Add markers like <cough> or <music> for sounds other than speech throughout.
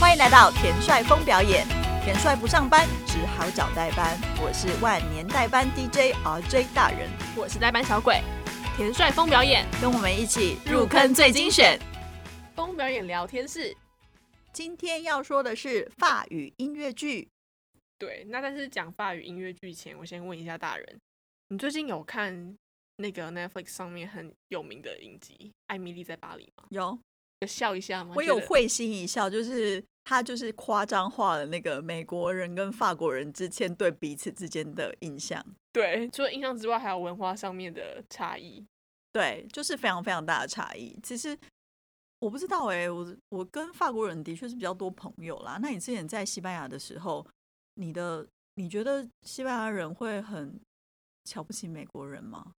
欢迎来到田帅峰表演。田帅不上班，只好找代班。我是万年代班 DJ RJ 大人，我是代班小鬼。田帅风表演，跟我们一起入坑最精选。风表演聊天室。今天要说的是法语音乐剧。对，那但是讲法语音乐剧前，我先问一下大人，你最近有看那个 Netflix 上面很有名的影集《艾米丽在巴黎》吗？有，有笑一下吗？我有觉得，会心一笑，就是他就是夸张化了那个美国人跟法国人之间对彼此之间的印象。对，除了印象之外，还有文化上面的差异。对，就是非常非常大的差异。其实我不知道哎、我我跟法国人的确是比较多朋友啦。那你之前在西班牙的时候，你的你觉得西班牙人会很瞧不起美国人吗？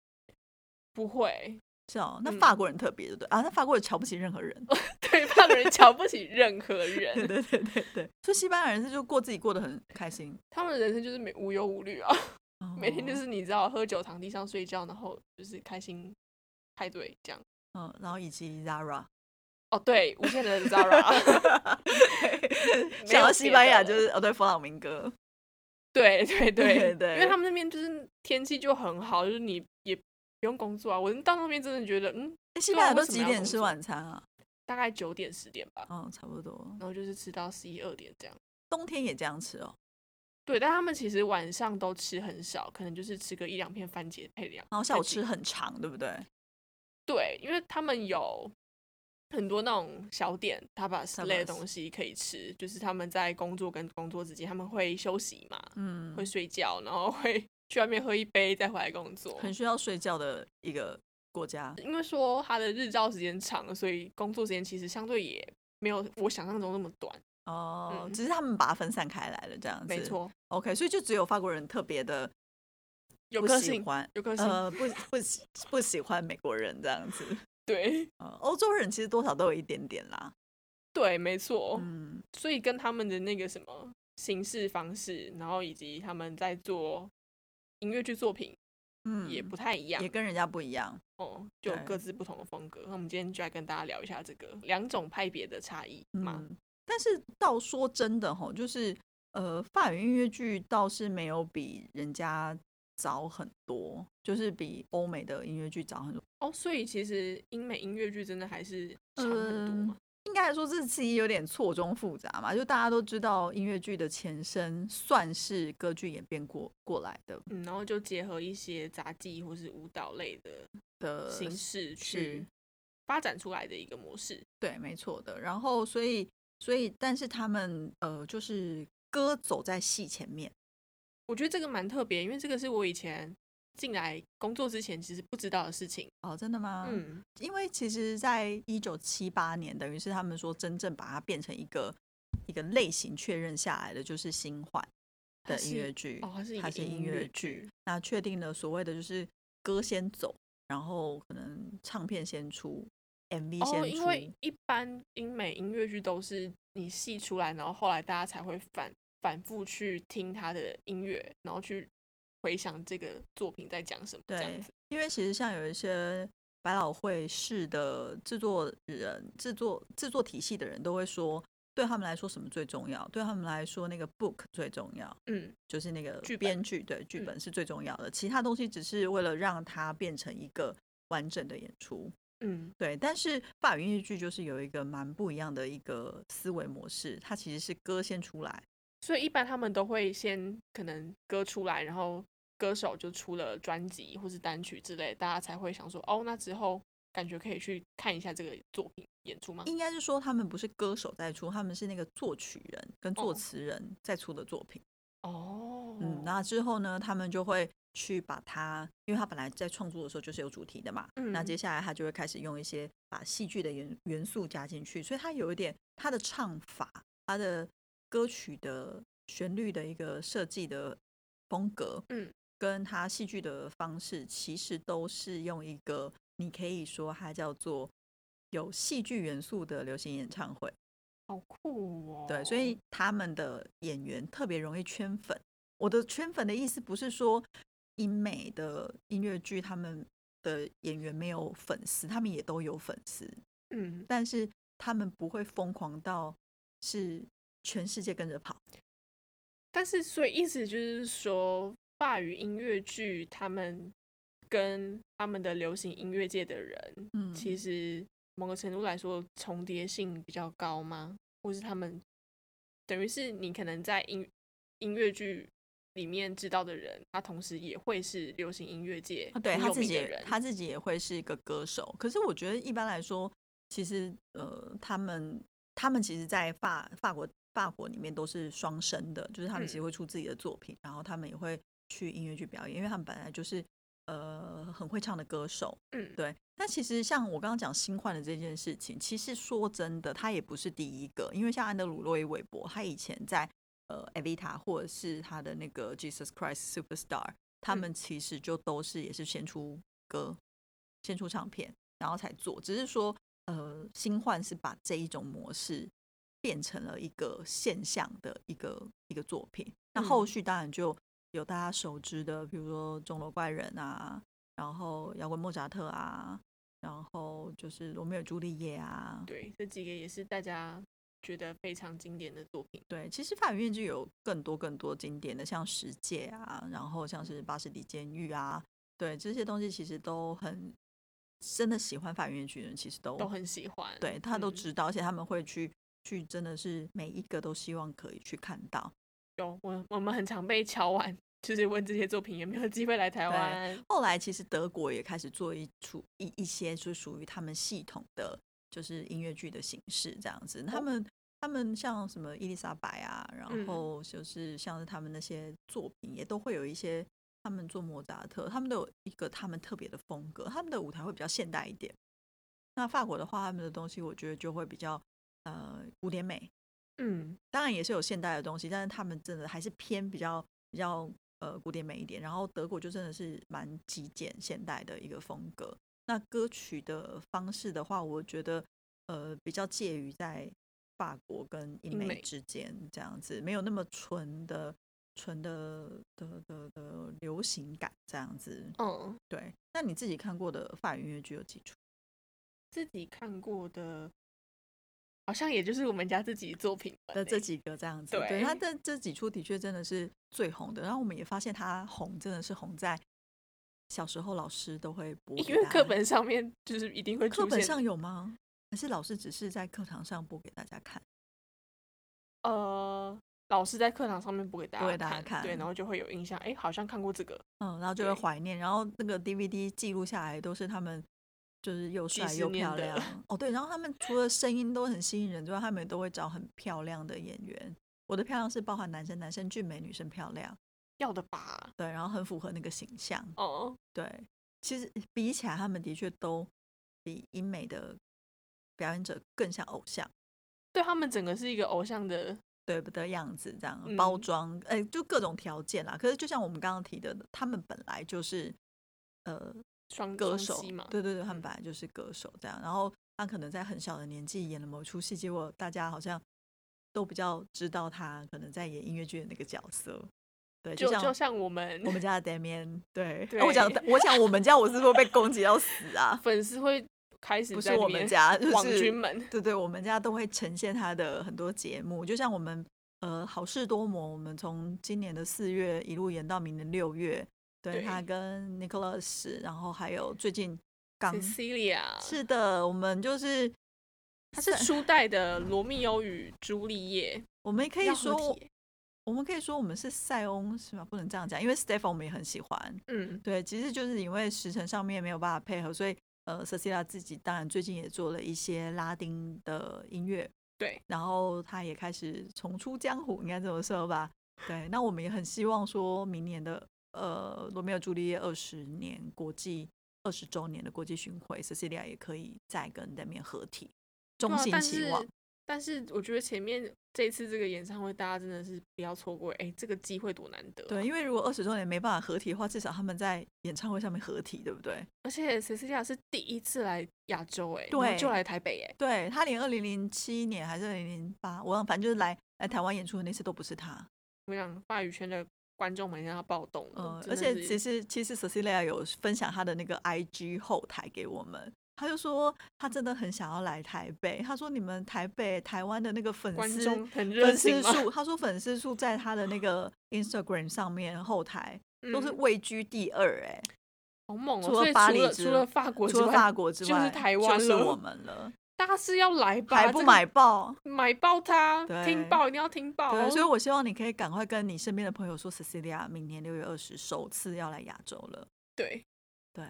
不会， <laughs> 是哦，那嗯法国人特别对不对、啊，那法国人瞧不起任何人， <laughs> 对法国人瞧不起任何对 <laughs> 人，对对对对，所以西班牙人是就过自己过得很开心，哦他们的人生就是没无忧无虑啊，每天就是你知道喝酒躺地上睡觉，然后就是开心派对这样。哦嗯，然后以及 Zara，哦，对，无限的 Zara，想没有到别西班牙的就是哦对，弗朗明哥， <laughs> 对对对对对因为他们那边就是天气就很好，就是你也不用工作啊。我到那边真的觉得，嗯，诶西对班啊牙为都什几么要点工吃作晚餐啊？大概九点十点吧，哦，差不多，然后就是吃到十一二点这样。冬天也这样吃哦。对，但他们其实晚上都吃很少，可能就是吃个一两片番茄配两。然后下午再吃几很长，对不对？对，因为他们有很多那种小点 tapas 类的 Tapas 东西可以吃，就是他们在工作跟工作之间他们会休息嘛，嗯，会睡觉，然后会去外面喝一杯，再回来工作。很需要睡觉的一个国家。因为说它的日照时间长，所以工作时间其实相对也没有我想象中那么短。哦，嗯只是他们把它分散开来了，这样子。没。错， OK，所以就只有法国人特别的有不个喜性，欢，有个性，呃，不不喜不喜欢美国人这样子。对 <laughs> 呃，欧洲人其实多少都有一点点啦。对，没错。嗯，所以跟他们的那个什么行事方式，然后以及他们在做音乐剧作品嗯也不太一样也，跟人家不一样。哦，就有对各自不同的风格。那我们今天就来跟大家聊一下这个两种派别的差异嘛。嗯，但是倒说真的哈，就是呃，法语音乐剧倒是没有比人家早很多，就是比欧美的音乐剧早很多。哦，所以其实英美音乐剧真的还是长很多嗯嘛。应该来说，这其实有点错综复杂嘛。就大家都知道，音乐剧的前身算是歌剧演变过过来的嗯，然后就结合一些杂技或是舞蹈类的的形是式去发展出来的一个模式。对，没错的。然后，所以，所以，但是他们呃，就是歌走在戏前面，我觉得这个蛮特别，因为这个是我以前进来工作之前其实不知道的事情。哦，真的吗？，嗯，因为其实，在一九七八年，等于是他们说真正把它变成一个一个类型确认下来的，就是新幻它的音是乐剧，哦它是一它个是音音乐乐剧剧。那确定了所谓的就是歌先走，然后可能唱片先出，MV 先出。哦，因为一般英美音乐剧都是你戏出来，然后后来大家才会反反复去听它的音乐，然后去回想这个作品在讲什么这样对子。，因为其实像有一些百老汇式的制作人、制作制作体系的人都会说，对他们来说什么最重要？对他们来说，那个 book 最重要，嗯，就是那个剧本嗯编剧对剧本是最重要的，其他东西只是为了让它变成一个完整的演出。嗯，对，但是法语音乐剧就是有一个蛮不一样的一个思维模式，它其实是歌先出来，所以一般他们都会先可能歌出来，然后歌手就出了专辑或是单曲之类，大家才会想说，哦，那之后感觉可以去看一下这个作品演出吗？应该是说他们不是歌手在出，他们是那个作曲人跟作哦词人在出的作品。哦，嗯，那之后呢，他们就会去把它，因为他本来在创作的时候就是有主题的嘛，那接嗯下来他就会开始用一些把戏剧的元元素加进去，所以他有一点他的唱法、他的歌曲的旋律的一个设计的风格，嗯，跟他戏剧的方式其实都是用一个，你可以说它叫做有戏剧元素的流行演唱会。好酷哦！对，所以他们的演员特别容易圈粉。我的圈粉的意思不是说英美的音乐剧他们的演员没有粉丝，他们也都有粉丝，嗯，但是他们不会疯狂到是全世界跟着跑。但是所以意思就是说，法语音乐剧他们跟他们的流行音乐界的人，嗯其实某个程度来说重叠性比较高吗？或是他们等于是你可能在音音乐剧里面知道的人，他同时也会是流行音乐界啊，对很他有自名己的也人，他自己也会是一个歌手。可是我觉得一般来说，其实呃，他们他们其实，在法法国法国里面都是双生的，就是他们其实嗯会出自己的作品，然后他们也会去音乐剧表演，因为他们本来就是呃很会唱的歌手。嗯，对，但其实像我刚刚讲新换的这件事情，其实说真的，他也不是第一个，因为像安德鲁·洛伊·韦伯，他以前在呃《Evita》或者是他的那个《Jesus Christ Superstar》，他嗯们其实就都是也是先出歌，先出唱片，然后才做，只是说呃新换是把这一种模式变成了一个现象的一个一个作品，那后嗯续当然就有大家熟知的，比如说钟楼怪人啊，然后摇滚莫扎特啊，然后就是罗密欧与朱丽叶啊，对，这几个也是大家觉得非常经典的作品。对，其实法语音乐剧有更多更多经典的，像《十戒》啊，然后像是《巴士底监狱》啊，对这些东西其实都很真的喜欢法语音乐剧的人，其实都都很喜欢，哦对他都嗯知道，而且他们会去去真的是每一个都希望可以去看到。有我我们很常被敲完，就是问这些作品有没有机会来对台湾。后来其实德国也开始做一出一一些就属于他们系统的，就是音乐剧的形式这样子。他们他们像什么伊丽莎白啊，然嗯后就是像是他们那些作品也都会有一些。他们做莫扎特，他们都有一个他们特别的风格，他们的舞台会比较现代一点。那法国的话，他们的东西我觉得就会比较呃古典美，嗯，当然也是有现代的东西，但是他们真的还是偏比较比较呃古典美一点。然后德国就真的是蛮极简现代的一个风格。那歌曲的方式的话，我觉得呃比较介于在法国跟英英美美之间这样子，没有那么纯的纯的的的的流行感这样子。嗯，对，那你自己看过的法语音乐剧有几出？自己看过的，好像也就是我们家自己作品吧的这欸几个这样子，对对他这这几出的确真的是最红的。然后我们也发现他红真的是红在小时候老师都会播音给乐大课家本上面就是一定会出课现。本上有吗？还是老师只是在课堂上播给大家看？呃，老师在课堂上面播给大播家给大家看对，然后就会有印象，哎，好像看过这个，嗯，然后就会对怀念。然后那个 DVD 记录下来都是他们就是又几帅十又年漂的亮哦，对。然后他们除了声音都很吸引人之外，他们都会找很漂亮的演员。我的漂亮是包含男生，男生俊美，女生漂亮，要的吧？对，然后很符合那个形象。哦、对，其实比起来，他们的确都比英美的表演者更像偶像，对他们整个是一个偶像的，对不的样子，这样包嗯装，哎、就各种条件啦。可是就像我们刚刚提的，他们本来就是呃双歌双手栖嘛，对对对，他们嗯本来就是歌手这样。然后他可能在很小的年纪演了某出戏，结果大家好像都比较知道他可能在演音乐剧的那个角色。对，就像就像我们我们家的 Damian，对，哎我讲对！我讲我们家，我是说被攻击要死啊 <laughs> <laughs> 粉丝会开始不是在里我们面家，就是网军们，对对，我们家都会呈现他的很多节目，就像我们呃好事多磨，我们从今年的四月一路演到明年六月，对对他跟 Nicholas，然后还有最近刚 Cecilia 嗯是的，我们就是它是初代的《罗密欧与朱丽叶我们可》，以要合说体耶我们可以说我们是塞翁是吧？不能这样讲，因为 Stephen 我们也很喜欢，嗯，对，其实就是因为时辰上面没有办法配合，所以呃 c e c i l a 自己当然最近也做了一些拉丁的音乐，对，然后他也开始重出江湖，应该这么说吧？对，那我们也很希望说明年的呃罗密欧朱丽叶二十年国际二十周年的国际巡回 c e c i l a 也可以再跟 d a m 合体，对衷啊心但期望是。但是我觉得前面这一次这个演唱会，大家真的是不要错过，哎，这个机会多难得、啊对，，因为如果二十周年没办法合体的话，至少他们在演唱会上面合体，对不对？而且 Cecilia 是第一次来亚洲，哎，对然后就来台北，哎，对他连二零零七年还是二零零八，我忘了反正就是来来台湾演出的那次都不是他。我想法语圈的观众们让他暴动呃，了哦真而的且其是实其实 Cecilia 有分享她的那个 IG 后台给我们，他就说他真的很想要来台北，他说你们台北台湾的那个粉观丝众很热粉情丝吗？数，他说粉丝数在他的那 <laughs> 个 Instagram 上面后台都是嗯位居第二、哎、好猛哦！除了所以巴除黎了之除了法国之除了外，法国之就是外，台湾就是了我们了，大家是要来吧？还不这个买爆？买爆它，听对爆一定要听爆。哦对，所以我希望你可以赶快跟你身边的朋友说，Cecilia 明年六月二十首次要来亚洲了。对对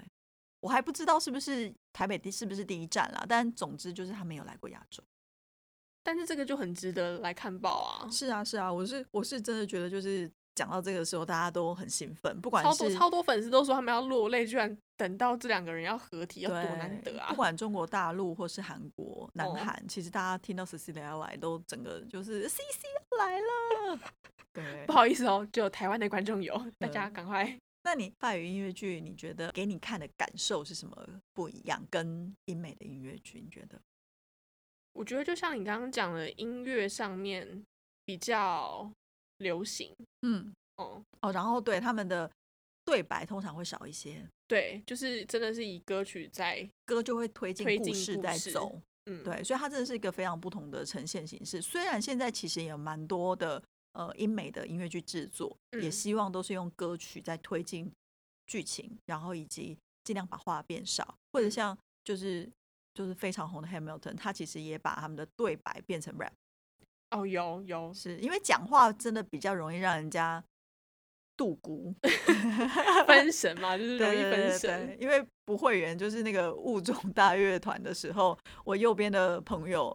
我还不知道是不是台北第是不是第一站啦，但总之就是他没有来过亚洲。但是这个就很值得来看爆啊！是啊，是啊，我是我是真的觉得就是讲到这个时候，大家都很兴奋，不管超多是超多粉丝都说他们要落泪，居然等到这两个人要合体，要对多难得啊不！管中国大陆或是韩国、南哦韩，其实大家听到 Cecilia 要来，都整个就是 C C 要来了。 <laughs> 对不，好意思哦，只有台湾的观众有，大家赶快。那你法语音乐剧，你觉得给你看的感受是什么不一样？跟英美的音乐剧，你觉得？我觉得就像你刚刚讲的，音乐上面比较流行嗯，哦，哦，然后对他们的对白通常会少一些，对，就是真的是以歌曲在歌就会推进推故进事故在事走。嗯，对，所以它真的是一个非常不同的呈现形式。虽然现在其实也有蛮多的呃英美的音乐剧制作，也嗯希望都是用歌曲在推进剧情，然后以及尽量把话变少，或嗯者像就是就是非常红的 Hamilton，他其实也把他们的对白变成 rap，哦，<laughs> 有有，是因为讲话真的比较容易让人家度孤，分神嘛，就是对容易对分对神。对，因为不会员就是那个物种 <laughs> 大乐团的时候，我右边的朋友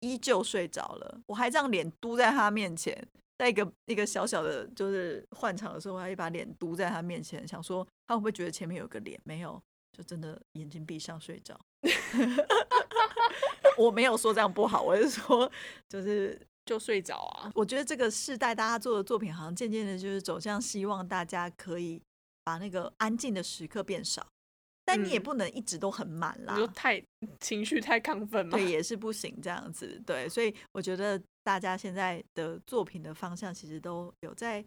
依旧睡着了，我还这样脸嘟在他面前，在一个一个小小的，就是换场的时候，我还把脸嘟在他面前，想说他会不会觉得前面有个脸？没有，就真的眼睛闭上睡着。 <laughs> 我没有说这样不好，我是说，就是就睡着啊。我觉得这个世代大家做的作品，好像渐渐的就是走向希望大家可以把那个安静的时刻变少，但你也嗯不能一直都很满你啦， <laughs> 说太情绪太亢奋嘛？ <laughs> 对，也是不行这样子。对，所以我觉得大家现在的作品的方向其实都有在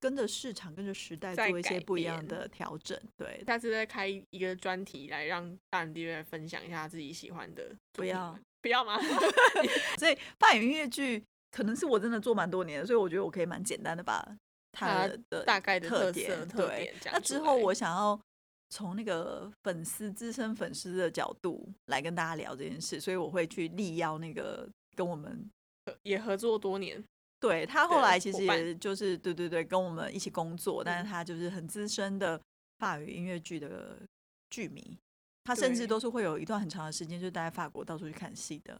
跟着市场、跟着时代在做一些改不一样变的调整。对，下次再开一个专题来让大人弟来分享一下自己喜欢的作不品要吗。不要吗？ <laughs> 所以法语音乐剧可能是我真的做蛮多年的，所以我觉得我可以蛮简单的把它它的的大概的特特色点特对点讲那出之后来我想要从那个粉丝资深粉丝的角度来跟大家聊这件事，所以我会去力邀那个跟我们。也合作多年，对他后对来其伙实伴嗯也就是对对对，跟我们一起工作，但是他就是很资深的法语音乐剧的剧迷，他甚至对都是会有一段很长的时间就待在法国到处去看戏的。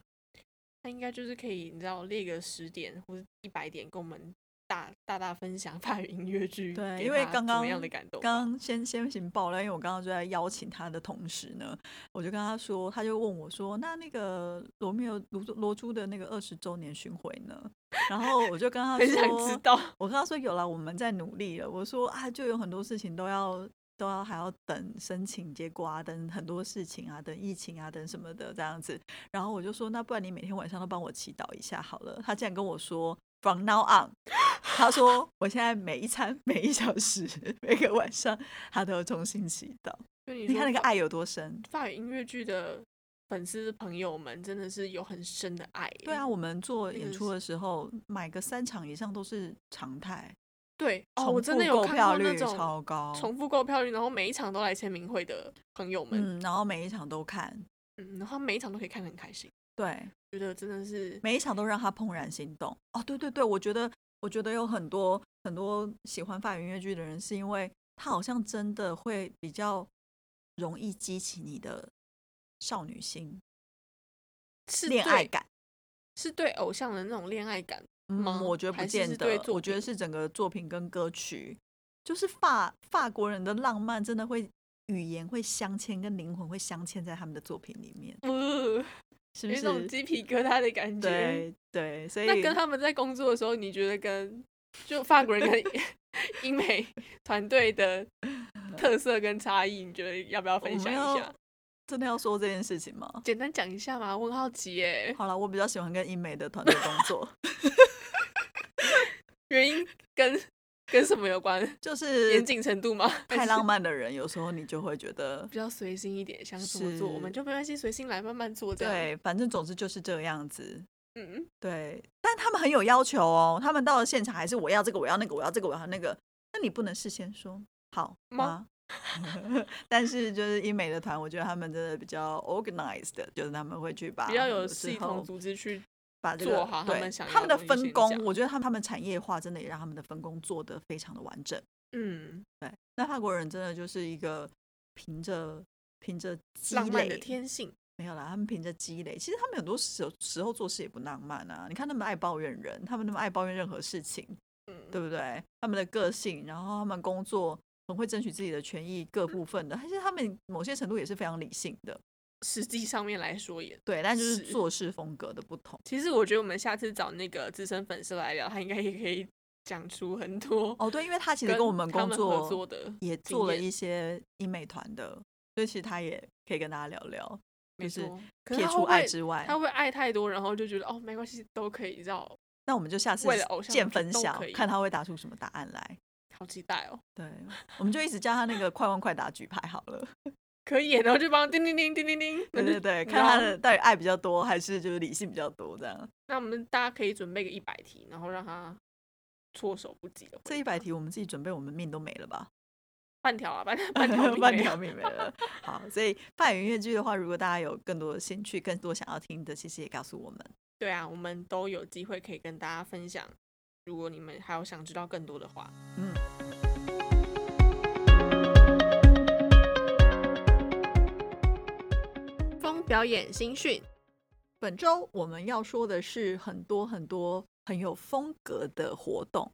那应该就是可以，你知道列个十点或者一百点，跟我们大大大分享 <laughs> 法语音乐剧，对，给因为他刚怎刚么样的感动吧， <laughs> 刚刚先先行爆料，因为我刚刚就在邀请他的同时呢，我就跟他说，他就问我说，那那个罗密欧罗罗珠的那个二十周年巡回呢？然后我就跟他很想知说， <laughs> 道。我跟他说有了，我们在努力了。我说啊，就有很多事情都要都要还要等申请结果啊，等很多事情啊，等疫情啊，等什么的这样子。然后我就说，那不然你每天晚上都帮我祈祷一下好了。他竟然跟我说，from now on，他 <laughs> 说我现在每一餐、每一小时、每个晚上，他都要重新祈祷。就你你看那个爱爱有多深？法语音乐剧的粉丝朋友们，真的是有很深的爱。对啊，，我们做那演个出是的时候，买个三场以上都是常态。对哦，重我真的复有购看票过那率种超高，重复购票率，然后每一场都来签名会的朋友们，嗯，然后每一场都看，嗯，然后每一场都可以看得很开心，对，觉得真的是每一场都让他怦然心动。哦，对对对，我觉得，我觉得有很多很多喜欢法语音乐剧的人，是因为他好像真的会比较容易激起你的少女心、是恋对爱，感。是对偶像的那种恋爱感。吗嗯，我觉得不还是见是得对，作我觉得品是整个作品跟歌曲，就是法法国人的浪漫真的会。语言会镶嵌，跟灵魂会镶嵌在他们的作品里面，呃，是有不一种是？鸡皮疙瘩的感觉。对对，所以那跟他们在工作的时候，你觉得跟就法国人跟 <laughs> 英美团队的特色跟差异，你觉得要不要分我享们一下要？真的要说这件事情吗？简单讲一下嘛，我很好奇耶。好了，我比较喜欢跟英美的团队工作，原因跟跟什么有关？ <laughs> 就是严谨程度吗？还太是浪漫的人，有时候你就会觉得 <laughs> 比较随心一点，想怎么做我们是就没关系，随心来，慢慢做这样。，对，反正总之就是这样子。嗯，对，但他们很有要求哦，他们到了现场还是我要这个，我要那个，我要这个，我要那个。那你不能事先说好吗 <laughs> 吗？但是就是英美的团，我觉得他们真的比较 organized，就是他们会去把比较有时系候统组织去把这做个好他对们想他要们的的东西分先工讲，我觉得他们他们产业化真的也让他们的分工做得非常的完整。嗯，对，那法国人真的就是一个凭着凭着积浪漫的累天性，没有啦，他们凭着积累，其实他们很多时候时候做事也不浪漫啊。你看他们爱抱怨人，他们那么爱抱怨任何事情，嗯，对不对？他们的个性，然后他们工作很会争取自己的权益各部分的，但是他们某些程度也是非常理性的，实际上面来说也。对，但就是是做事风格的不同。其实我觉得我们下次找那个资深粉丝来聊，他应该也可以讲出很多哦，对，因为他其实跟我们他工合作作的也经做了验一些英美团的，所以其实他也可以跟大家聊聊，没就是错可是撇他除会不爱会之外，他会爱太多，然后就觉得哦，没关系，都可以绕，那我们就下次为了偶像见剧分都晓可以，看他会答出什么答案来。好期待哦，对，我们就一直叫他那个快问快答举牌好 <laughs> 了。可以耶，然后就帮叮叮叮叮叮叮，对对然后就对，你看知他道的到底爱比较多，还是就是理性比较多这样。那我们大家可以准备个一百题，然后让他措手不及的回答。这一百题我们自己准备，我们命都没了吧？半条啊，半半条命 <laughs> 半没有条命没了。好，所以法语音乐剧的话，如果大家有更多的兴趣，更多想要听的，其实也告诉我们。对啊，我们都有机会可以跟大家分享。如果你们还有想知道更多的话，嗯，风表演新讯，本周我们要说的是很多很多很有风格的活动。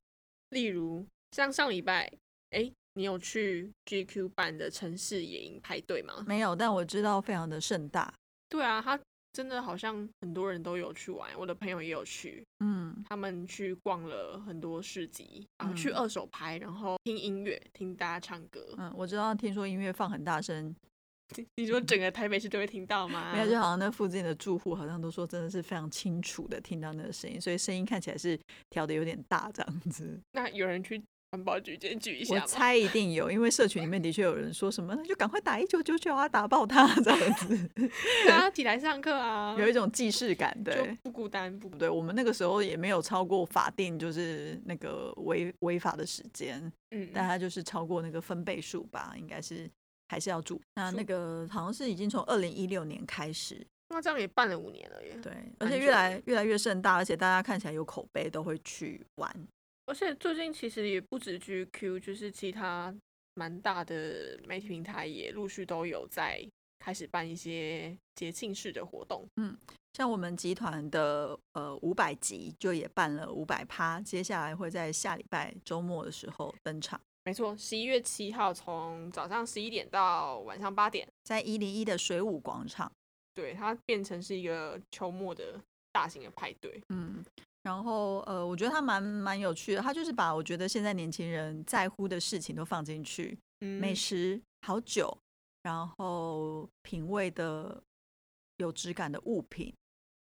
例如像上礼拜，哎，你有去 GQ 办的城市野营派对吗？没有，但我知道非常的盛大。对啊，他真的好像很多人都有去玩，我的朋友也有去，嗯，他们去逛了很多市集，然后去嗯二手拍，然后听音乐，听大家唱歌。嗯，我知道，听说音乐放很大声，你说整个台北市都会听到吗？没有，就好像那附近的住户好像都说真的是非常清楚的听到那个声音，所以声音看起来是调的有点大这样子。那有人去环保局检举一我下吗？猜一定有，因为社群里面的确有人说什么，那就赶快打一九九九啊，打爆他这样 <laughs> 子， <laughs> 大家起来上课 <laughs> 啊，有一种既视感。 <laughs> 就对，不孤单不不对？我们那个时候也没有超过法定就是那个违违法的时间，嗯，但它就是超过那个分贝数吧，应该是还是要住。那住那个好像是已经从二零一六年开始，那这样也办了五年了耶。对，而蛮且久越来的越来越盛大，而且大家看起来有口碑，都会去玩。而且最近其实也不止 GQ，就是其他蛮大的媒体平台也陆续都有在开始办一些节庆式的活动。像我们集团的呃五百集就也办了五百趴，接下来会在下礼拜周末的时候登场，没错，十一月七号从早上十一点到晚上八点，在一零一的水舞广场。对，它变成是一个秋末的大型的派对。嗯，然后呃，我觉得它蛮蛮有趣的，它就是把我觉得现在年轻人在乎的事情都放进去，嗯美食、好酒，然后品味的有质感的物品、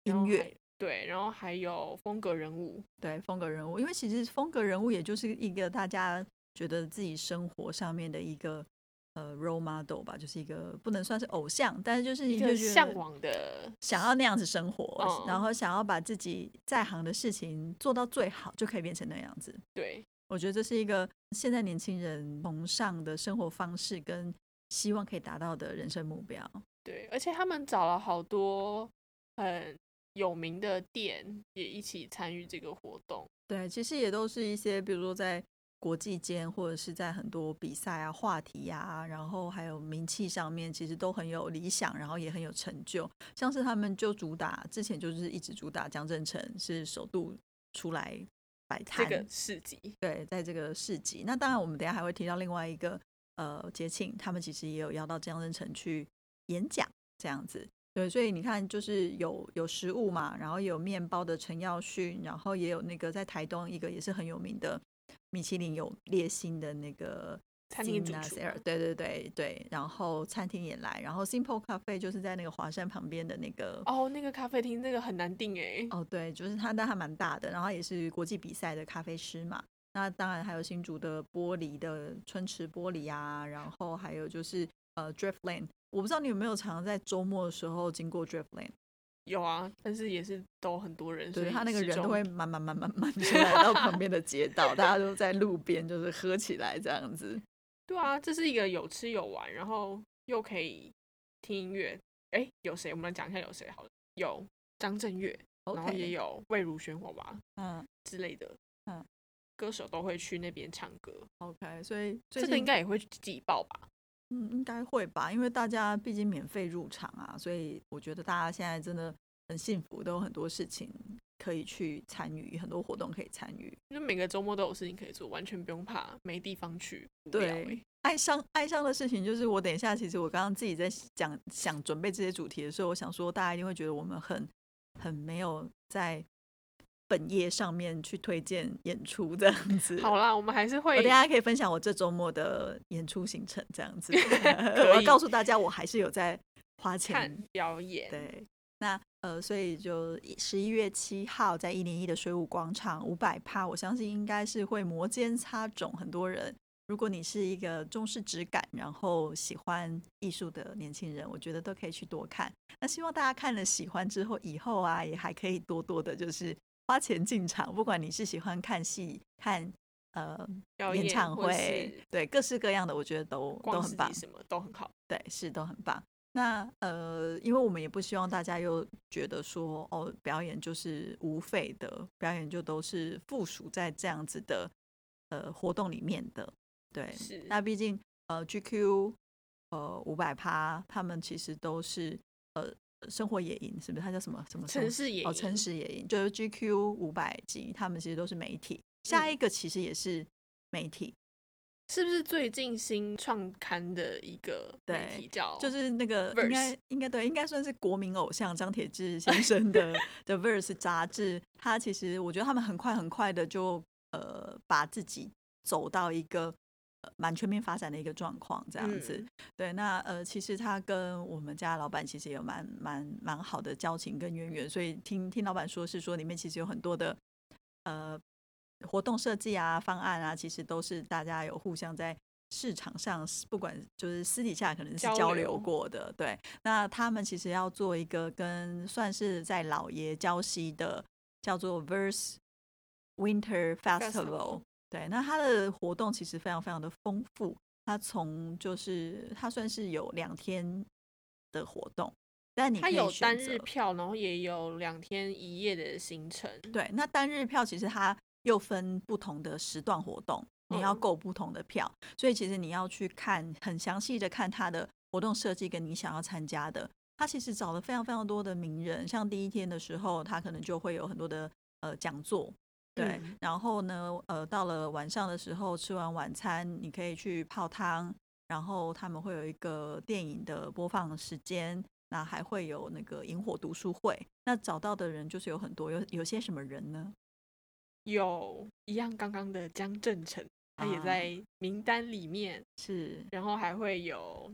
然后音乐还，对，然后还有风格人物，对风格人物，因为其实风格人物也就是一个大家觉得自己生活上面的一个呃 role model 吧，就是一个不能算是偶像，但是就是你一就个觉得向往的想要那样子生活，嗯然后想要把自己在行的事情做到最好，就可以变成那样子。对，我觉得这是一个现在年轻人崇尚的生活方式跟希望可以达到的人生目标。对，而且他们找了好多很有名的店也一起参与这个活动。对，其实也都是一些，比如说在国际间，或者是在很多比赛啊、话题呀、然后还有名气上面，其实都很有理想，然后也很有成就。像是他们就主打之前就是一直主打江镇成是首度出来摆这摊，个市集，对，在这个市集。那当然，我们等一下还会提到另外一个呃节庆，他们其实也有邀到江镇成去演讲这样子。对，所以你看，就是有有食物嘛，然后有面包的陈耀迅，然后也有那个在台东一个也是很有名的米其林有列星的那个餐厅主 Gina 厨 Sarah，嘛对对对对，然后餐厅也来，然后 Simple Cafe 就是在那个华山旁边的那个哦，那个咖啡厅那个很难订哎，哦哦，对，就是他，但他蛮大的，然后也是国际比赛的咖啡师嘛。那当然还有新竹的玻璃的春池玻璃啊，然后还有就是呃 Driftland，我不知道你有没有常在周末的时候经过 Driftland，有啊，但是也是都很多人，所对以他那个始人都终会慢慢慢慢慢就来到旁边的街道，大家都在路边就是喝起来这样子。对啊，这是一个有吃有玩，然后又可以听音乐。哎，有谁？我们来讲一下有谁好了。有张震岳，然后 OK，也有魏如萱娃娃嗯之类的，嗯，歌手都会去那边唱歌。 OK，所以最这个近应该也会挤爆吧？嗯，应该会吧，因为大家毕竟免费入场啊，所以我觉得大家现在真的很幸福，都有很多事情可以去参与，很多活动可以参与。就每个周末都有事情可以做，完全不用怕没地方去。无聊对欸哀伤，哀伤的事情就是我等一下，其实我刚刚自己在讲想准备这些主题的时候，我想说大家一定会觉得我们很很没有在本业上面去推荐演出这样子。好啦，我们还是我会等一下可以分享我这周末的演出行程，这样 <laughs> 子。以我要告诉大家，我还是有在花钱看表演。对，那呃，所以就十一月七号在一零一的水舞广场五百趴，我相信应该是会摩肩擦踵，很多人。如果你是一个重视质感，然后喜欢艺术的年轻人，我觉得都可以去多看。那希望大家看了喜欢之后，以后啊也还可以多多的，就是花钱进场。不管你是喜欢看戏、看呃表演演唱或会是，对各式各样的，我觉得都都逛很市棒集。什么都很好。对，是都很棒。那呃，因为我们也不希望大家又觉得说，哦，表演就是无费的，表演就都是附属在这样子的呃活动里面的。对，是那毕竟呃 GQ 呃五百趴，他们其实都是呃生活野营，是不是？它叫什么什么生城市也哦，城市野营就是 GQ 五百集，他们其实都是媒体。下嗯一个其实也是媒体，是不是最近新创刊的一个媒对体叫就是那个 Verse 应该应该对，应该算是国民偶像张铁志先生 <laughs> 的的 Verse 杂志。他其实我觉得他们很快很快的就呃把自己走到一个呃蛮全面发展的一个状况这样子。嗯对，那呃其实他跟我们家老板其实有蛮蛮蛮好的交情跟渊源，所以听听老板说是说里面其实有很多的呃活动设计啊、方案啊，其实都是大家有互相在市场上，不管就是私底下可能是交交流流过的。对，那他们其实要做一个跟算是在老爷礁溪的叫做 Verse Winter Festival。对，那它的活动其实非常非常的丰富，它从就是它算是有两天的活动，但你它可以有选单择日票，然后也有两天一夜的行程。对，那单日票其实它又分不同的时段活动，你要嗯购不同的票，所以其实你要去看很详细的看它的活动设计跟你想要参加的。它其实找了非常非常多的名人，像第一天的时候，它可能就会有很多的呃讲座。对，嗯然后呢，呃，到了晚上的时候，吃完晚餐，你可以去泡汤，然后他们会有一个电影的播放时间，那还会有那个萤火读书会。那找到的人就是有很多，有有些什么人呢？有一样刚刚的江正成，他也啊在名单里面，是然后还会有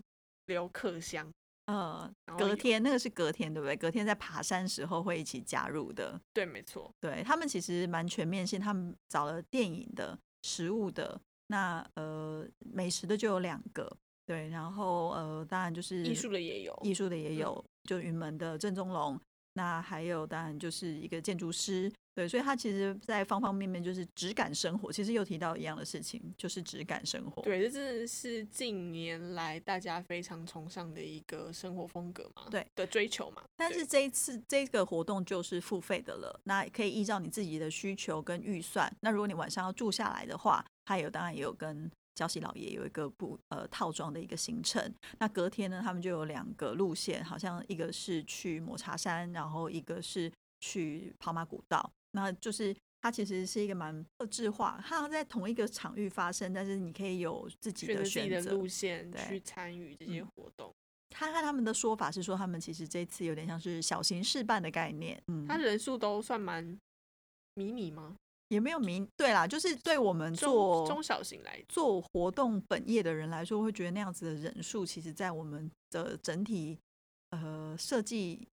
刘克襄，呃，然后隔有天那个是隔天对不对？隔天在爬山时候会一起加入的。对，没错，对他们其实蛮全面性，他们找了电影的、食物的，那呃美食的就有两个，对，然后呃当然就是艺术的也有，嗯艺术的也有，就云门的郑中龙，那还有当然就是一个建筑师，对，所以他其实在方方面面就是质感生活，其实又提到一样的事情，就是质感生活。对，这真的是近年来大家非常崇尚的一个生活风格嘛，对的追求嘛。但对是这一次这个活动就是付费的了，那可以依照你自己的需求跟预算。那如果你晚上要住下来的话，它有当然也有跟礁溪老爷有一个不呃套装的一个行程。那隔天呢，他们就有两个路线，好像一个是去抹茶山，然后一个是去跑马古道。那就是它其实是一个蛮克制化，它好像在同一个场域发生，但是你可以有自己选择的自己选的择。路线对去参与这些嗯活动，看看他们的说法是说，他们其实这次有点像是小型示范的概念。嗯，他人数都算蛮迷你吗？也没有明对啦，就是对我们中做中小型来做活动本业的人来说，会觉得那样子的人数，其实在我们的整体呃设计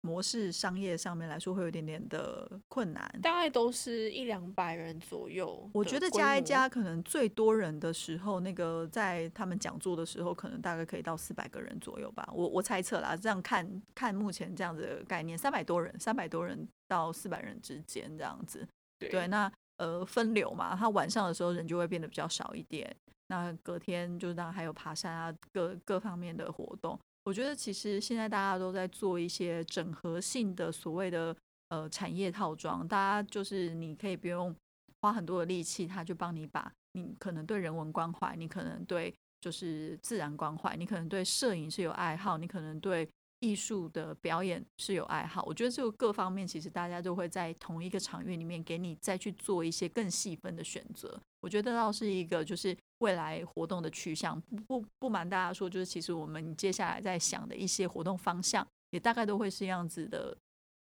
模式商业上面来说，会有一点点的困难。大概都是一两百人左右。我觉得加一加，，可能最多人的时候，那个在他们讲座的时候，可能大概可以到四百个人左右吧。我我猜测啦，这样看看目前这样子的概念，三百多人，三百多人到四百人之间这样子。对，对，那呃分流嘛，他晚上的时候人就会变得比较少一点。那隔天就是当然还有爬山啊，各各方面的活动。我觉得其实现在大家都在做一些整合性的所谓的呃产业套装，大家就是你可以不用花很多的力气，他就帮你把你可能对人文关怀，你可能对就是自然关怀，你可能对摄影是有爱好，你可能对艺术的表演是有爱好。我觉得这个各方面其实大家都会在同一个场域里面给你再去做一些更细分的选择。我觉得倒是一个就是未来活动的趋向。不不不瞒大家说，就是其实我们接下来在想的一些活动方向，也大概都会是这样子的，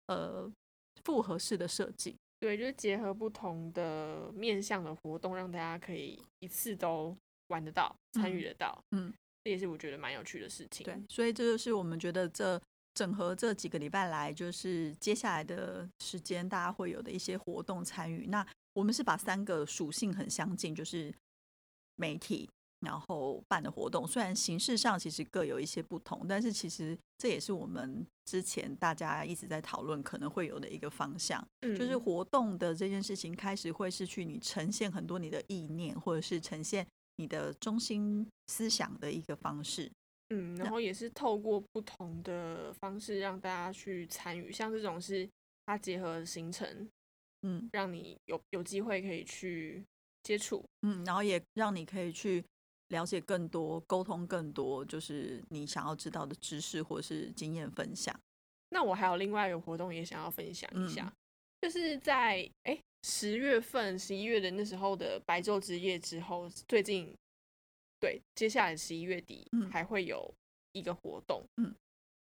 呃，复合式的设计。对，就是结合不同的面向的活动，让大家可以一次都玩得到、参与嗯得到。嗯，这也是我觉得蛮有趣的事情。对，所以这就是我们觉得这整合这几个礼拜来，就是接下来的时间，大家会有的一些活动参与。那我们是把三个属性很相近，就是媒体，然后办的活动，虽然形式上其实各有一些不同，但是其实这也是我们之前大家一直在讨论可能会有的一个方向。嗯，就是活动的这件事情开始会是去你呈现很多你的意念，或者是呈现你的中心思想的一个方式。嗯，然那后也是透过不同的方式让大家去参与，像这种是它结合行程，嗯让你有有机会可以去接触。嗯，然后也让你可以去了解更多、沟通更多，就是你想要知道的知识或是经验分享。那我还有另外一个活动也想要分享一下，嗯就是在哎十月份、十一月的那时候的白昼之夜之后，最近对接下来十一月底嗯还会有一个活动，嗯，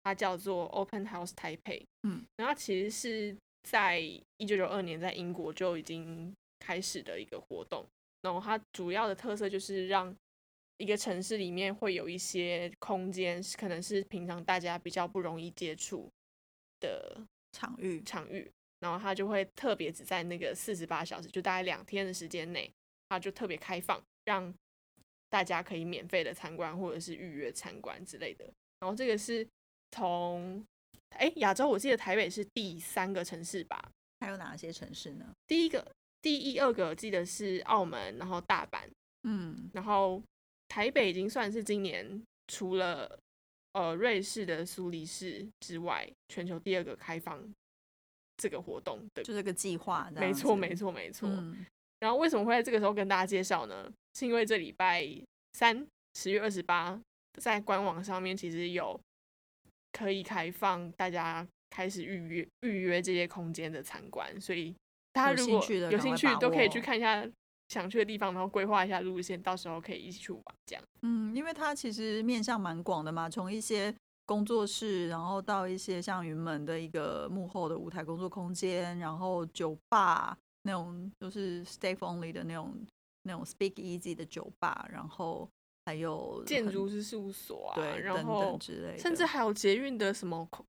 它叫做 Open House Taipei，嗯，然后它其实是在一九九二年在英国就已经开始的一个活动，然后它主要的特色就是让一个城市里面会有一些空间，是可能是平常大家比较不容易接触的场域，场域，然后它就会特别只在那个四十八小时，就大概两天的时间内，它就特别开放，让大家可以免费的参观或者是预约参观之类的。然后这个是从哎亚洲，我记得台北是第三个城市吧，还有哪些城市呢？第一个、第一二个我记得是澳门，然后大阪，嗯然后台北已经算是今年除了呃瑞士的苏黎世之外，全球第二个开放这个活动的。就这个计划这样子，没错，没错，没错。嗯，然后为什么会在这个时候跟大家介绍呢？是因为这礼拜三，十月二十八，在官网上面其实有可以开放大家开始预约预约这些空间的参观，所以大家有如兴果趣的有赶兴快趣把都可以握去看一下想去的地方，然后规划一下路线，到时候可以一起去玩这样。嗯，因为它其实面向蛮广的嘛，从一些工作室，然后到一些像云门的一个幕后的舞台工作空间，然后酒吧那种就是 staff only 的那种那种 speak easy 的酒吧，然后还有建很筑师事务所啊，对然等后等之类的，甚至还有捷运的什么控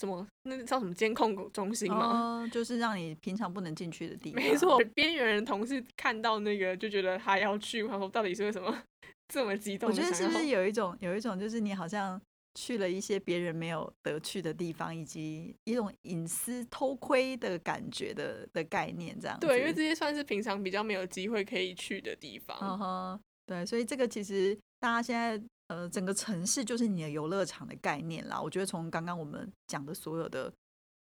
什么那叫什么监控中心吗？哦就是让你平常不能进去的地方。 <laughs> 没错，边缘人同事看到那个就觉得他要去，然后到底是为什么这么激动我地觉想要？得是不是有一种有一种就是你好像去了一些别人没有得去的地方，以及一种隐私偷窥的感觉的的概念这样子。对，因为这些算是平常比较没有机会可以去的地方。嗯哼，对，所以这个其实大家现在呃，整个城市就是你的游乐场的概念啦。我觉得从刚刚我们讲的所有的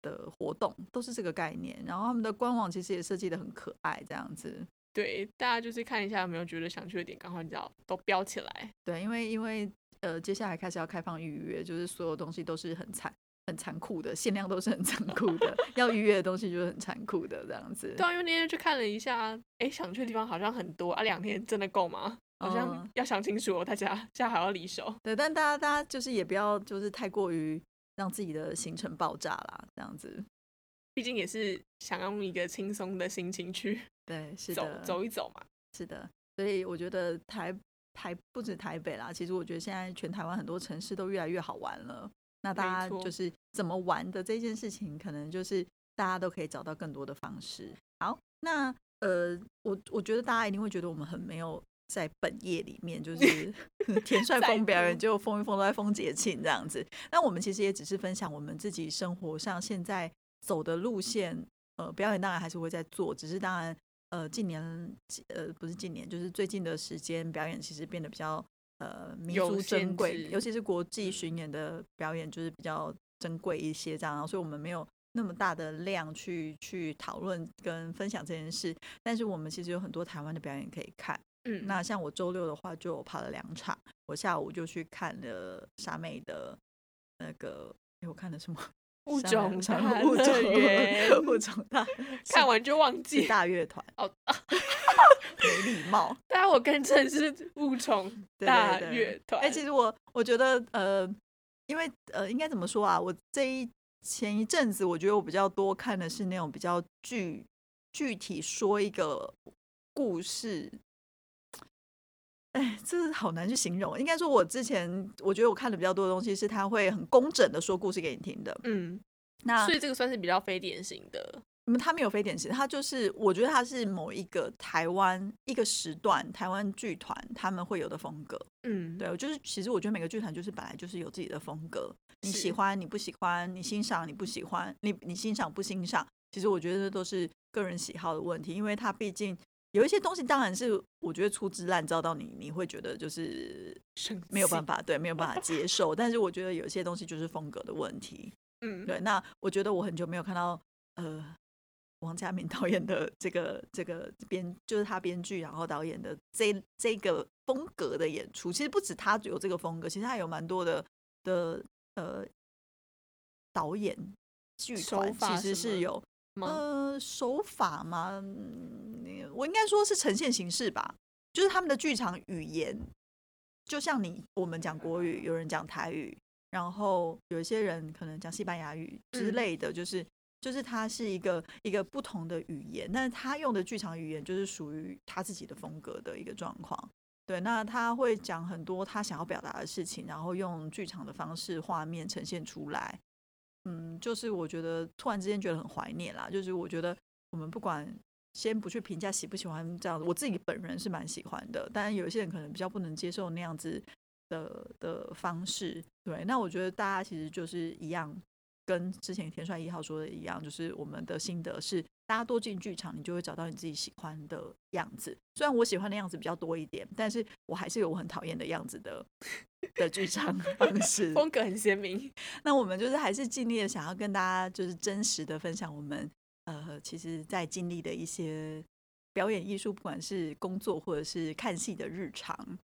的活动都是这个概念，然后他们的官网其实也设计的很可爱，这样子。对，大家就是看一下有没有觉得想去的点，赶快你知道都标起来。对，因为因为呃，接下来开始要开放预约，就是所有东西都是很残很残酷的，限量都是很残酷 <laughs> 的，要预约的东西就是很残酷的这样子。对啊，因为那天去看了一下，哎，想去的地方好像很多啊，两天真的够吗？好像嗯要想清楚哦，大家现在还要离手。对，但大家大家就是也不要就是太过于让自己的行程爆炸啦，这样子。毕竟也是想用一个轻松的心情去对，是走的，走一走嘛。是的，所以我觉得台台不止台北啦，其实我觉得现在全台湾很多城市都越来越好玩了。那大没家错就是怎么玩的这件事情，可能就是大家都可以找到更多的方式。好，那呃，我我觉得大家一定会觉得我们很没有在本业里面， <laughs> 就是田帅在风表演乎就风一风都在风节庆这样子。那我们其实也只是分享我们自己生活上现在走的路线。呃，表演当然还是会在做，只是当然呃，近年呃不是近年，就是最近的时间，表演其实变得比较呃弥有足珍限贵，制嗯尤其是国际巡演的表演就是比较珍贵一些这样，所以我们没有那么大的量去去讨论跟分享这件事，但是我们其实有很多台湾的表演可以看。嗯，那像我周六的话就跑了两场，我下午就去看了傻妹的那个，诶我看的什么？物傻妹种什大么物乐 <laughs> 园种物种大，看完就忘是记。大乐团 <laughs> 哦， <laughs> 没礼貌。但我更正是物种 <laughs> 对大对对乐团。嗯哎、其实我我觉得，呃，因为呃，应该怎么说啊？我这一前一阵子，我觉得我比较多看的是那种比较具具体说一个故事。哎，这好难去形容。应该说，我之前我觉得我看的比较多的东西是，他会很工整的说故事给你听的。嗯，那所以这个算是比较非典型的。嗯，他没有非典型，他就是我觉得他是某一个台湾一个时段台湾剧团他们会有的风格。嗯，对，我就是其实我觉得每个剧团就是本来就是有自己的风格，你喜是欢你不喜欢，你欣赏你不喜欢，你你欣赏不欣赏，其实我觉得这都是个人喜好的问题，因为它毕竟有一些东西当然是我觉得粗制滥造到你你会觉得就是生没有气办。法，对，没有办法接受，但是我觉得有一些东西就是风格的问题。嗯，对，那我觉得我很久没有看到呃王家明 <laughs> 导演的这个这个编，就是他编剧然后导演的这这个风格的演出。其实不止他有这个风格，其实他有蛮多的的呃导演剧手团其法实什么是有吗？呃手法吗？嗯我应该说是呈现形式吧，就是他们的剧场语言，就像你我们讲国语，有人讲台语，然后有一些人可能讲西班牙语之嗯类的，就是就是它是一个一个不同的语言，但是他用的剧场语言就是属于他自己的风格的一个状况。对，那他会讲很多他想要表达的事情，然后用剧场的方式、画面呈现出来。嗯，就是我觉得突然之间觉得很怀念啦。就是我觉得我们不管先不去评价喜不喜欢这样子，我自己本人是蛮喜欢的，但有一些人可能比较不能接受那样子的的方式。对，那我觉得大家其实就是一样，跟之前田帅一号说的一样，就是我们的心得是，大家多进剧场，你就会找到你自己喜欢的样子。虽然我喜欢的样子比较多一点，但是我还是有我很讨厌的样子的的剧场方式。 <laughs> 风格很鲜明。那我们就是还是尽力的想要跟大家就是真实的分享我们呃，其实在经历的一些表演艺术，不管是工作或者是看戏的日常。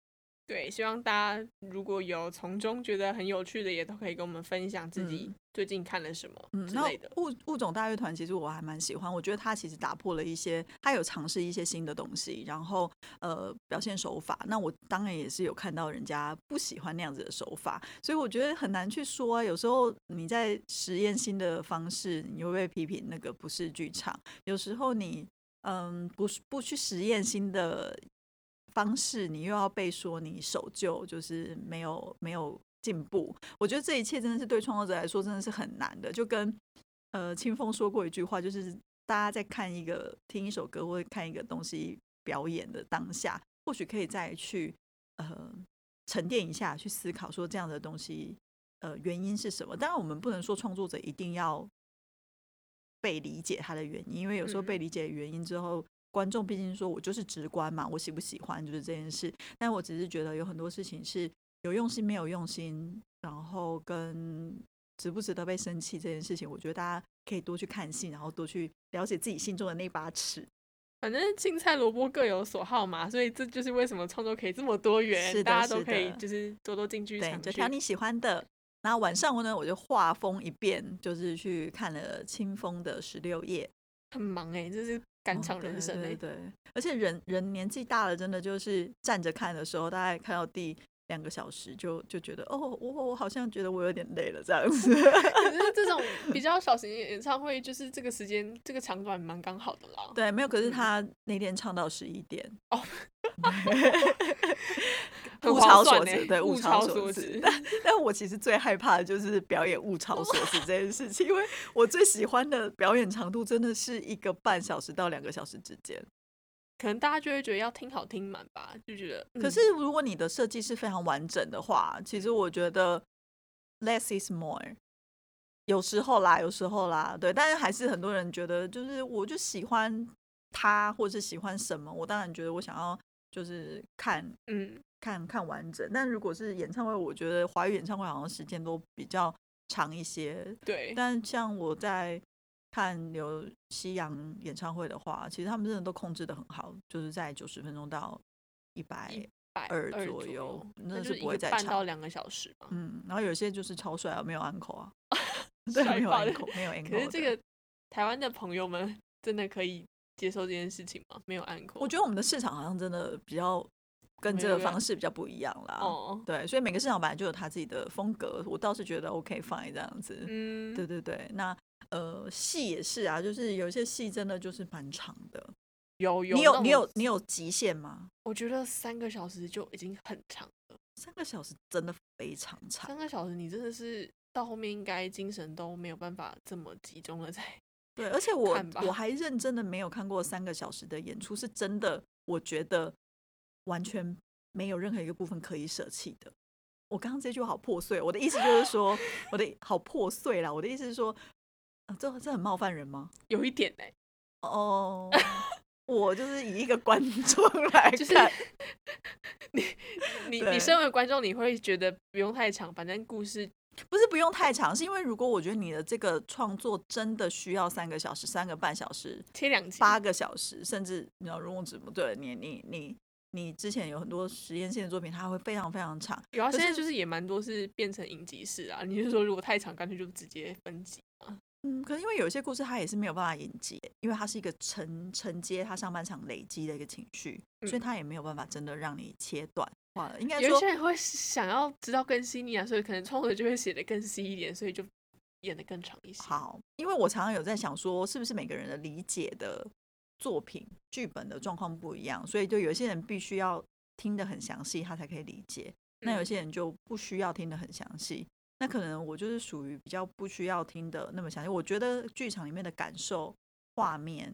对，希望大家如果有从中觉得很有趣的，也都可以跟我们分享自己嗯最近看了什么嗯，之那类的。物物种大乐团其实我还蛮喜欢，我觉得它其实打破了一些，它有尝试一些新的东西，然后呃表现手法。那我当然也是有看到人家不喜欢那样子的手法，所以我觉得很难去说、啊。有时候你在实验新的方式，你会被批评那个不是剧场；有时候你嗯不是不去实验新的方式，你又要被说你守旧，就是没有没有进步。我觉得这一切真的是对创作者来说真的是很难的，就跟呃清风说过一句话，就是大家在看一个听一首歌或者看一个东西表演的当下，或许可以再去呃沉淀一下，去思考说这样的东西呃原因是什么。当然，我们不能说创作者一定要被理解他的原因，因为有时候嗯被理解原因之后。观众毕竟说我就是直观嘛，我喜不喜欢就是这件事。但我只是觉得有很多事情是有用心没有用心，然后跟值不值得被生气这件事情，我觉得大家可以多去看戏，然后多去了解自己心中的那把尺。反正青菜萝卜各有所好嘛，所以这就是为什么创作可以这么多元，是的大家都是的可以就是多多进剧对，场就去。挑你喜欢的。然后晚上呢，我就画风一变，就是去看了清风的《十六夜》，很忙哎、这是赶哦场人生哎、对对对，而且人人年纪大了，真的就是站着看的时候，大概看到第两个小时就就觉得哦，我我好像觉得我有点累了这样 <laughs> 子。可是这种比较小型的演唱会，就是这个时间这个长短蛮刚好的啦。对，没有。可是 <laughs> 嗯他那天唱到十一点，哦，很物划超算所欸值，对，物物超超所所值值。但但我其实最害怕的就是表演物超所值这件事情，因为我最喜欢的表演长度真的是一个半小时到两个小时之间。 <laughs> 可能大家就会觉得要听好听满吧，就觉得。可嗯是如果你的设计是非常完整的话，其实我觉得 less is more。有时候啦，有时候啦，对，但是还是很多人觉得，就是我就喜欢他，或是喜欢什么，我当然觉得我想要就是看嗯，看看完整。但如果是演唱会，我觉得华语演唱会好像时间都比较长一些。对，但像我在看刘西洋演唱会的话，其实他们真的都控制的很好，就是在九十分钟到一百百二左左右那就是一不会个再半长到两个小时嘛。嗯，然后有些就是超帅啊，没有 uncle <laughs> 啊，对，帅没有爆了 uncle，没有 uncle。 <laughs> 可是这，个台湾的朋友们 <laughs> 真的可以接受这件事情吗？没有按过，我觉得我们的市场好像真的比较跟没这有个要方式比较不一样啦。哦，对，所以每个市场本来就有他自己的风格，我倒是觉得 OK fine 这样子。嗯，对对对，那呃戏也是啊，就是有一些戏真的就是蛮长的。有有你那有你种有你有极限吗？我觉得三个小时就已经很长了，三个小时真的非常长三。个小时你真的是到后面应该精神都没有办法这么集中了在，对，而且我看吧我还认真的没有看过三个小时的演出，是真的，我觉得完全没有任何一个部分可以舍弃的。我刚刚这句话好破碎，我的意思就是 <laughs> 说，我的好破碎啦。我的意思是说，啊、这这很冒犯人吗？有一点哎、 <laughs> 哦，我就是以一个观众来看，就是你你对身为观众，你会觉得不用太长，反正故事不是不用太长，是因为如果我觉得你的这个创作真的需要三个小时、三个半小时、切两集，八个小时，甚至你要如果直播，对你你你你之前有很多实验性的作品，它会非常非常长。有啊，可现在是就是也蛮多是变成影集式啊。你是说如果太长，干脆就直接分集？嗯，可是因为有一些故事它也是没有办法引接，因为它是一个承承接它上半场累积的一个情绪，所以嗯它也没有办法真的让你切断。哇，应该有一说些人会想要知道更细腻啊，所以可能创作就会写的更细一点，所以就演的更长一些。，好，因为我常常有在想说，是不是每个人的理解的作品剧本的状况不一样，所以就有些人必须要听得很详细，他才可以理解；那有嗯些人就不需要听得很详细。那可能我就是属于比较不需要听的那么详细。我觉得剧场里面的感受、画面，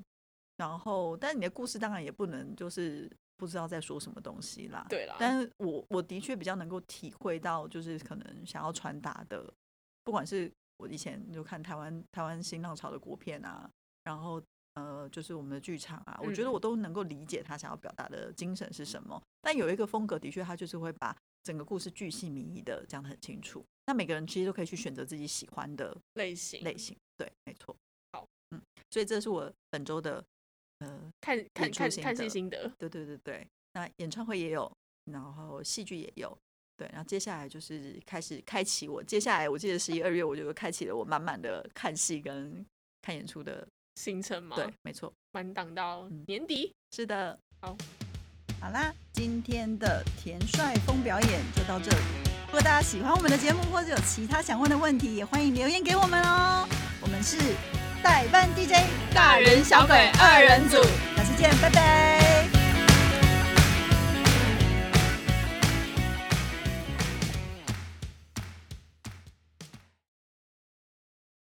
然后但你的故事当然也不能就是不知道在说什么东西啦。对啦但是我我的确比较能够体会到，就是可能想要传达的不管是我以前就看台湾台湾新浪潮的国片啊，然后呃，就是我们的剧场啊，我觉得嗯我都能够理解他想要表达的精神是什么。但有一个风格，的确他就是会把整个故事巨细靡遗的讲得很清楚。那每个人其实都可以去选择自己喜欢的类型类型，对，没错。嗯好，嗯，所以这是我本周的，看看出看心看得戏心得，对对对对。那演唱会也有，然后戏剧也有。对，然后接下来就是开始开启我，接下来我记得十一二月我就开启了我满满的看戏跟看演出的行程嘛，对，，没错，满档到嗯年底。是的。好，好啦，今天的田帅峰表演就到这里。如果大家喜欢我们的节目，或者有其他想问的问题，也欢迎留言给我们哦。我们是代班 DJ 大人小鬼二人组，下次见，拜拜。